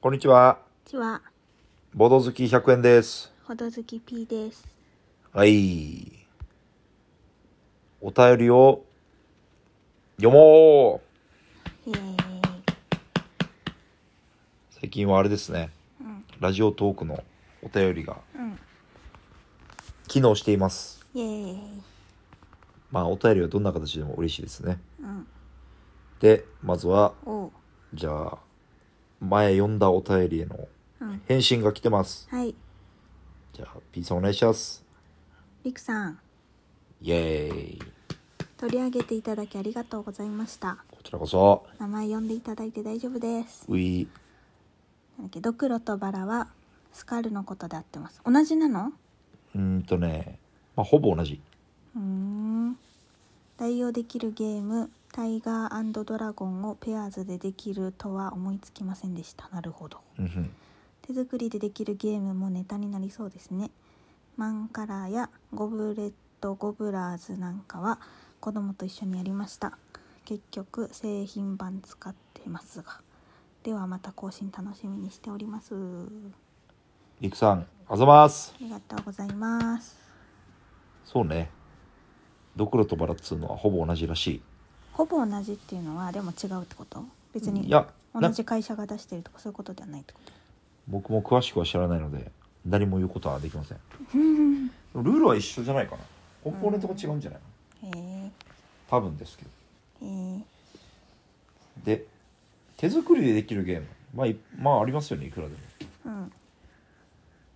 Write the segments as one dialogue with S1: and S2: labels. S1: こんにちは。
S2: ちは、
S1: ボード好き100円です。
S2: ほどずき P です。
S1: はい。お便りを読もう
S2: イエーイ。
S1: 最近はあれですね。
S2: うん
S1: ラジオトークのお便りが
S2: うん。
S1: 機能しています。
S2: イエーイ。
S1: まあ、お便りはどんな形でも嬉しいですね。
S2: うん。
S1: で、まずは、
S2: おう。
S1: じゃあ、前読んだお便りへの
S2: うん
S1: 返信が来てます。
S2: はい。
S1: じゃあ、P さんお願いします。
S2: りくさん、
S1: イエーイ。
S2: 取り上げていただきありがとうございました。
S1: こちらこそ、
S2: 名前呼んでいただいて大丈夫です。
S1: ウィー、
S2: なんだっけ、ドクロとバラは、スカルのことであってます。同じなの
S1: うーんとね、まあ、ほぼ同じ。
S2: うーん。代用できるゲーム、タイガードラゴンをペアーズでできるとは思いつきませんでした。なるほど。
S1: うんふん。
S2: 手作りでできるゲームもネタになりそうですねマンカラーやゴブレットゴブラーズなんかは子供と一緒にやりました結局製品版使ってますがではまた更新楽しみにしておりますあ
S1: りくさん、あざます。
S2: りがとうございます
S1: そうね。ドクロとバラっつうのはほぼ同じらし
S2: ほぼ同じっていうのはでも違うってこと別
S1: い。い
S2: に
S1: や、
S2: 同
S1: な
S2: じ会社が出してるとかそういうことではないってこ
S1: 僕も詳しくは知らないので、何も言うことはできま せん。
S2: とへ
S1: ルールは一緒じゃないかな。コンポーネントが違うんじゃないの
S2: え
S1: 多分ですけど。
S2: へえ
S1: で、手作りでできるゲーム。まあ、いまあ、ありますよね、いくらでも。
S2: うん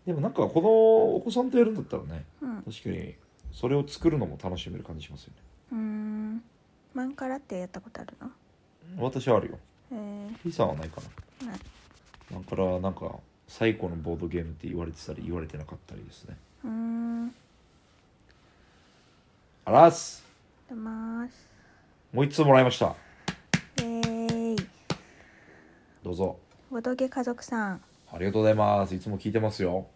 S1: でもなんか、このお子さんとやるんだったらね、
S2: うん
S1: 確かに、それを作るのも楽しめる感じしますよね。
S2: うーんマンカラってやったことあるの
S1: 私はあるよ。
S2: へ
S1: P さんはないかな。
S2: えない
S1: だから、なんか、最古のボードゲームって言われてたり、言われてなかったりですね。
S2: うーん
S1: あらっす
S2: 出ます。
S1: もう一通もらいました
S2: イエーイ。
S1: どうぞ
S2: ボドゲ家族さん、
S1: ありがとうございますいつも聞いてますよ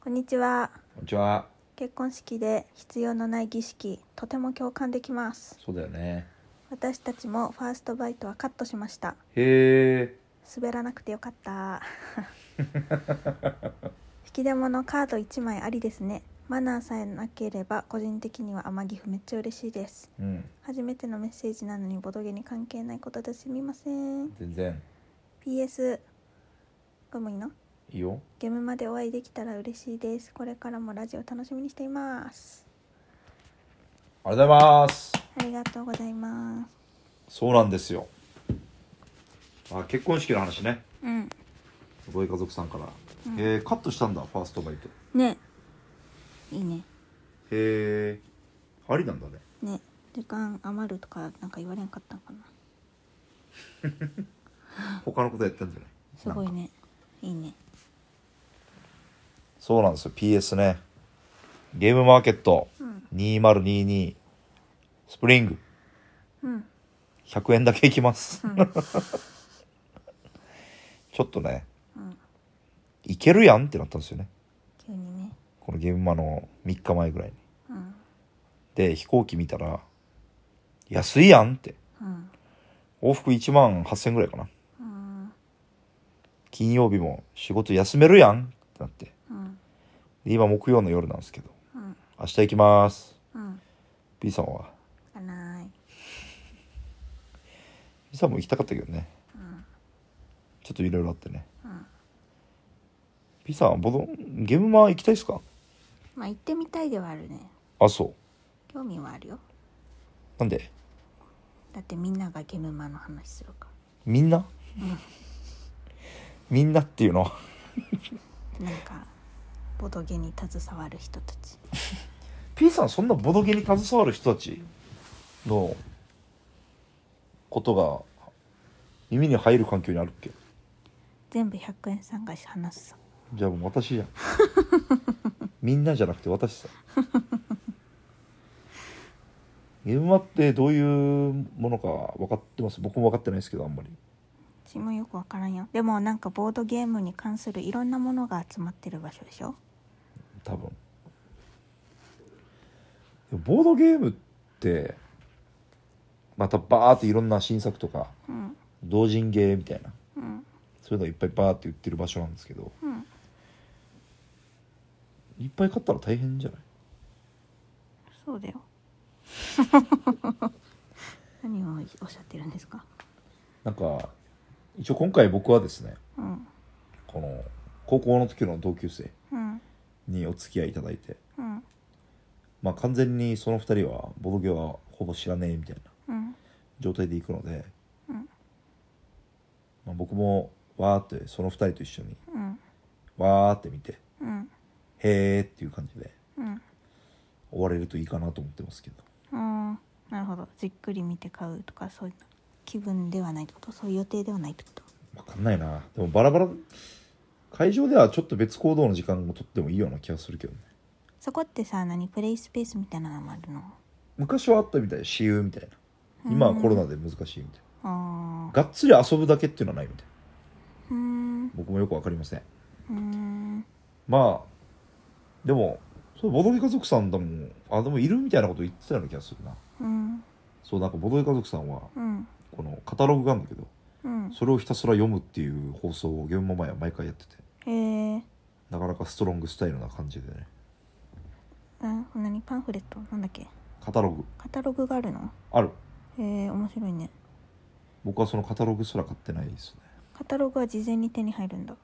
S2: こんにちは。
S1: こんにちは
S2: 結婚式で必要のない儀式、とても共感できます。
S1: そうだよね
S2: 私たちもファーストバイトはカットしました。
S1: へえ
S2: 滑らなくてよかった。引き出物カード1枚ありですね。マナーさえなければ個人的には天城府めっちゃ嬉しいです。
S1: うん
S2: 初めてのメッセージなのにボドゲに関係ないことですみません。
S1: 全然
S2: PS、これもいいの
S1: いいよ
S2: ゲームまでお会いできたら嬉しいです。これからもラジオ楽しみにしています。
S1: ありがとうございます
S2: ありがとうございます。
S1: そうなんですよあ結婚式の話ね
S2: うん。
S1: ご家族さんから、へえカットしたんだファーストバイト
S2: ね。いいね。
S1: へえありなんだね
S2: ね。時間余るとかなんか言われなかったのかな。
S1: 他のことやったんじゃない
S2: すご
S1: ないんか
S2: ね。いいね。
S1: そうなんですよ PS ねゲームマーケット
S2: うん。
S1: 2022スプリング
S2: うん。
S1: 100円だけいきます
S2: うん。
S1: ちょっとね
S2: うん。
S1: いけるやんってなったんですよね
S2: 急にね。
S1: このゲームマの3日前ぐらいに
S2: うん。
S1: で飛行機見たら安いやんって
S2: うん。
S1: 往復1万8000円ぐらいかな
S2: うん。
S1: 金曜日も仕事休めるやんってなって
S2: うん。
S1: で今木曜の夜なんですけど
S2: うん。
S1: 明日行きます
S2: うん。
S1: B さんは
S2: 行かない。
S1: B さんも行きたかったけどね
S2: うん。
S1: ちょっといろいろあってね
S2: うん。
S1: B さんはボドゲームマ行きたいですか
S2: まあ行ってみたいではあるね。
S1: あそう
S2: 興味はあるよ。
S1: なんで
S2: だってみんながゲームマンの話するか
S1: みんなみんなっていうのは
S2: ら。なんか、ボドゲに携わる人たち。
S1: P さんそんなボドゲに携わる人たちのことが耳に入る環境にあるっけ
S2: 全部100円さんが話すさ
S1: じゃあもう私じゃん みんなじゃなくて私さゲームマってどういうものか分かってます僕も分かってないですけどあんまり
S2: 私もよくわからんよでもなんかボードゲームに関するいろんなものが集まってる場所でしょ
S1: 多分でもボードゲームってまたバーっていろんな新作とか
S2: うん
S1: 同人芸みたいな
S2: うん
S1: そういうのいっぱいバーって売ってる場所なんですけど
S2: うん
S1: いっぱい買ったら大変じゃない
S2: そうだよ 何をおっしゃってるんですか
S1: なんか一応今回僕はですね
S2: うん
S1: この高校の時の同級生
S2: うん
S1: にお付き合いいただいて
S2: うん
S1: まあ完全にその2人はボドゲはほぼ知らねえみたいな
S2: うん
S1: 状態で行くので、
S2: うん
S1: まあ、僕もわーってその2人と一緒に
S2: うん
S1: わーって見て
S2: うん
S1: へーっていう感じで
S2: うん
S1: 終われるといいかなと思ってますけど
S2: あーなるほどじっくり見て買うとかそういう気分ではないってことそういう予定ではないってこと
S1: 分かんないなでもバラバラ会場ではちょっと別行動の時間を取ってもいいような気がするけどね
S2: そこってさ何プレイスペースみたいなのもあるの
S1: 昔はあったみたい私有みたいな今はコロナで難しいみたい
S2: あ
S1: ながっつり遊ぶだけっていうのはないみたいな
S2: ーうーんう
S1: 僕もよく分かりません
S2: ーん
S1: まあでもそれボドゲ家族さんだもんあでもいるみたいなこと言ってたような気がするな
S2: うん
S1: そうなんかボドゲ家族さんは
S2: うん
S1: このカタログがあるんだけど
S2: うん
S1: それをひたすら読むっていう放送を現場前は毎回やってて
S2: へえ
S1: なかなかストロングスタイルな感じでね
S2: あ何パンフレットなんだっけ
S1: カタログ
S2: カタログがあるの
S1: ある
S2: へえ面白いね
S1: 僕はそのカタログすら買ってないですね
S2: カタログは事前に手に入るんだ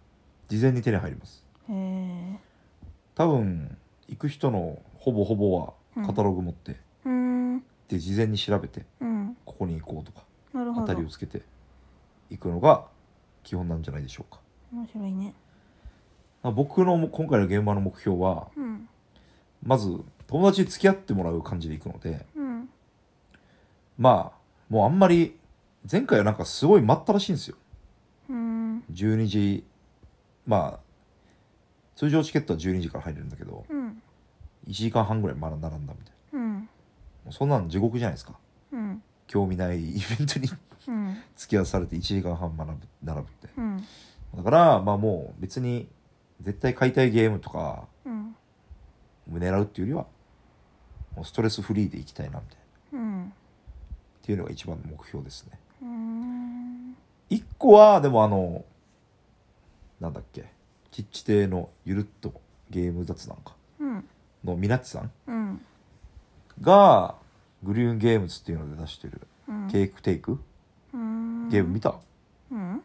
S1: 事前に手に入ります
S2: へえ
S1: 多分行く人のほぼほぼはカタログ持って、
S2: うーん
S1: で事前に調べて
S2: うん
S1: ここに行こうとか
S2: なる
S1: 当
S2: ほ
S1: た
S2: ど
S1: りを
S2: 面
S1: つけて行くのが基本なんじゃないでしょうか
S2: 白いね
S1: まあ僕の今回の現場の目標は
S2: うん
S1: まず友達に付き合ってもらう感じでいくので
S2: うん
S1: まあもうあんまり前回はなんかすごい待ったらしいんですよ
S2: うん
S1: 12時まあ通常チケットは12時から入れるんだけど
S2: うん
S1: 1時間半ぐらいまだ並んだみたいな
S2: うん
S1: もうそんなん地獄じゃないですか
S2: うん
S1: 興味ない イベントに
S2: うん
S1: 付き合わされて1時間半学ぶ並ぶって
S2: うん
S1: だからまあもう別に絶対買いたいゲームとか
S2: うん
S1: 狙うっていうよりはもうストレスフリーでいきたいなみたいな
S2: うん
S1: っていうのが一番の目標ですね
S2: うーん
S1: 一個はでもあのなんだっけちっち亭のゆるっとゲーム雑談か
S2: うん
S1: のみなっちさん
S2: うん
S1: がグリューンゲームズっていうので出してる
S2: うん
S1: ケークテイク
S2: うーん
S1: ゲーム見た、
S2: うん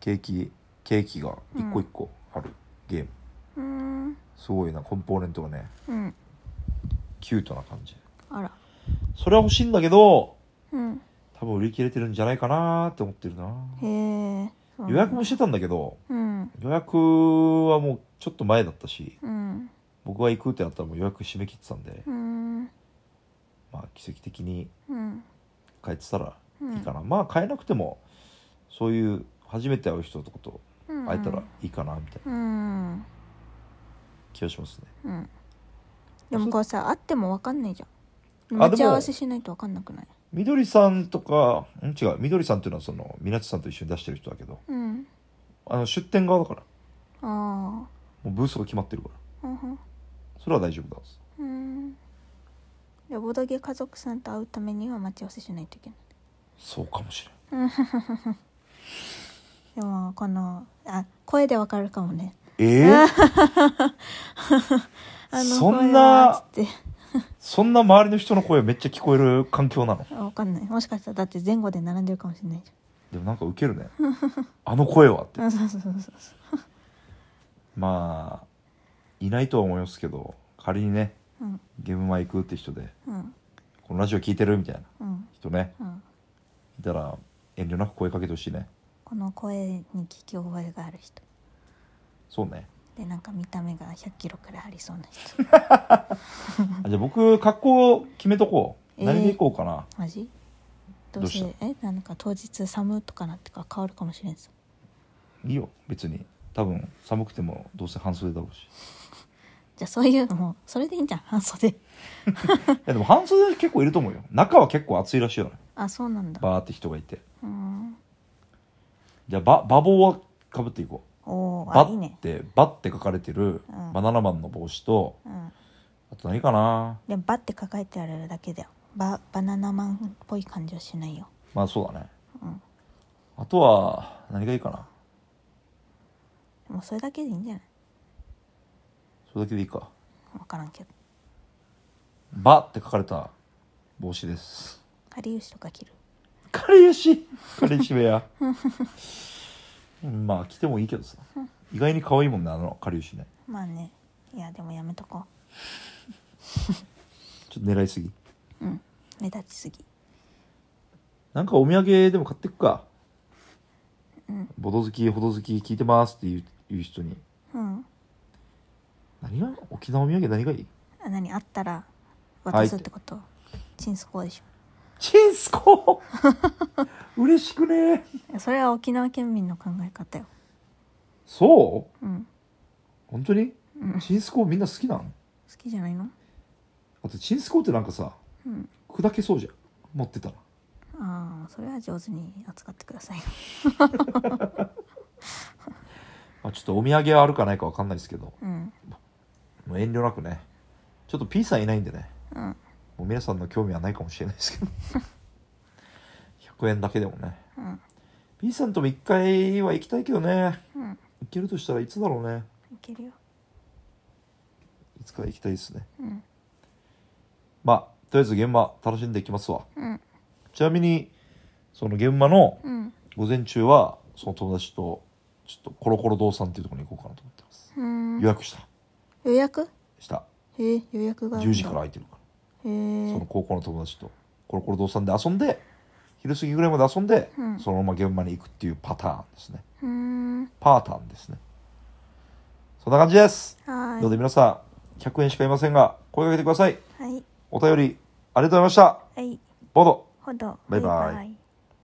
S1: ケーキケーキが一個一個あるゲーム、
S2: うーん
S1: すごいなコンポーネントがね
S2: うん
S1: キュートな感じ
S2: あら
S1: それは欲しいんだけど
S2: うん
S1: 多分売り切れてるんじゃないかなーって思ってるな
S2: へえそうなんだ
S1: 予約もしてたんだけど
S2: うん
S1: 予約はもうちょっと前だったし
S2: うん
S1: 僕が行くってなったらもう予約締め切ってたんで、
S2: うん
S1: まあ、奇跡的に
S2: うん
S1: 変えてたら
S2: うん
S1: いいかな、まあ変えなくてもそういう初めて会う人とかと会えたらいいかなみたいな
S2: うんうん
S1: 気がしますね
S2: うんでもこれさ会っても分かんないじゃん
S1: あでも
S2: 待ち合わせしないと分かんなくない
S1: みどりさんとかん違うみどりさんっていうのはそのみなちさんと一緒に出してる人だけど
S2: うん
S1: あの出店側だから
S2: あ
S1: もうブースが決まってるから
S2: あうんうん
S1: それは大丈夫だす
S2: うんでボドゲ家族さんと会うためには待ち合わせしないといけない
S1: そうかもしれん
S2: でもこのあ声でわかるかもね
S1: ええ
S2: あの
S1: そん
S2: 声は
S1: な
S2: つっ
S1: そんな周りの人の声めっちゃ聞こえる環境なの
S2: てわかんないもしかしたらだって前後で並んでるかもしれないじ
S1: でもなんかウケる ねあの声はって
S2: ゃんうんそうそうそうそうそ
S1: まあいないとは思いますけど仮にね
S2: ううん
S1: ゲーム前行くって人で
S2: うん
S1: このラジオ聞いてるみたいな
S2: うん
S1: 人ね
S2: うん
S1: いたら遠慮なく声かけてほしいね
S2: この声に聞き覚えがある人
S1: そうね
S2: でなんか見た目が1 0 0キロくらいありそうな人
S1: あじゃあ僕格好決めとこう
S2: えー
S1: 何で行こうかな、
S2: マジどうせ
S1: どう
S2: えなんか当日寒とかなってか変わるかもしれんさ
S1: いいよ別に多分寒くてもどうせ半袖だろうし
S2: じゃあそういうのも それでいいんじゃん半袖
S1: いやでも半袖結構いると思うよ中は結構暑いらしいよね
S2: あそうなんだ
S1: バーって人がいて
S2: うん
S1: じゃあババボーはかぶっていこ
S2: お
S1: う
S2: ーあ
S1: バ
S2: いいね
S1: ってバって書かれてる
S2: うん
S1: バナナマンの帽子と
S2: うん
S1: あと何かな
S2: でも「バ」って書かれてあるだけだよババナナマンっぽい感じはしないよ
S1: まあそうだね
S2: うん
S1: あとは何がいいかな
S2: もうそれだけでいいんじゃない
S1: それだけでいいか
S2: 分からんけど
S1: 「バ」って書かれた帽子です
S2: かりゆしとか着る
S1: かりゆしかりゆし部屋まあ着てもいいけどさ意外に可愛いもんねあのかりゆしね
S2: まあねいやでもやめとこ
S1: ちょっと狙いすぎ
S2: ううん目立ちすぎ
S1: なんかお土産でも買ってくか
S2: うん
S1: ボド好きほど好き聞いてますっていう言う人に
S2: うん
S1: 何が沖縄お土産何がいい
S2: あ何あったら渡すってこと、チンスコでし
S1: チンスコ 嬉しくね
S2: ょそれは沖縄県民の考え方よ
S1: そう
S2: うん
S1: 本当に
S2: うん好
S1: チンスコみんな好きなの
S2: きじゃないの
S1: あとチンスコってなんかさ
S2: うん
S1: 砕けそうじゃん持ってたら
S2: ああそれは上手に扱ってくださいよ
S1: まあ、ちょっとお土産はあるかないかわかんないですけど
S2: うん
S1: もう遠慮なくねちょっと P さんいないんでね
S2: うん
S1: もう皆さんの興味はないかもしれないですけど 100円だけでもね
S2: うん
S1: P さんとも一回は行きたいけどね
S2: うん
S1: 行けるとしたらいつだろうね
S2: いけるよ
S1: いつか行きたいですね
S2: うん
S1: まあとりあえず現場楽しんでいきますわ
S2: うん
S1: ちなみにその現場の
S2: うん
S1: 午前中はその友達とちょっとコロコロ堂さんっていうところに行こうかなと思ってます
S2: うん
S1: 予約した
S2: 予約
S1: した
S2: へえ予約があるん
S1: 10時
S2: だ
S1: から空いてるから
S2: へえ
S1: その高校の友達とコロコロ堂さんで遊んで昼過ぎぐらいまで遊んで、
S2: うん
S1: そのまま現場に行くっていうパターンですね
S2: うーん
S1: パーターンですねそんな感じです、
S2: は
S1: なの
S2: ー
S1: で皆さん100円しかいませんが声かけてください
S2: いはい
S1: お便りありがとうございました
S2: はい
S1: ボード
S2: ほど
S1: バイバイ
S2: イ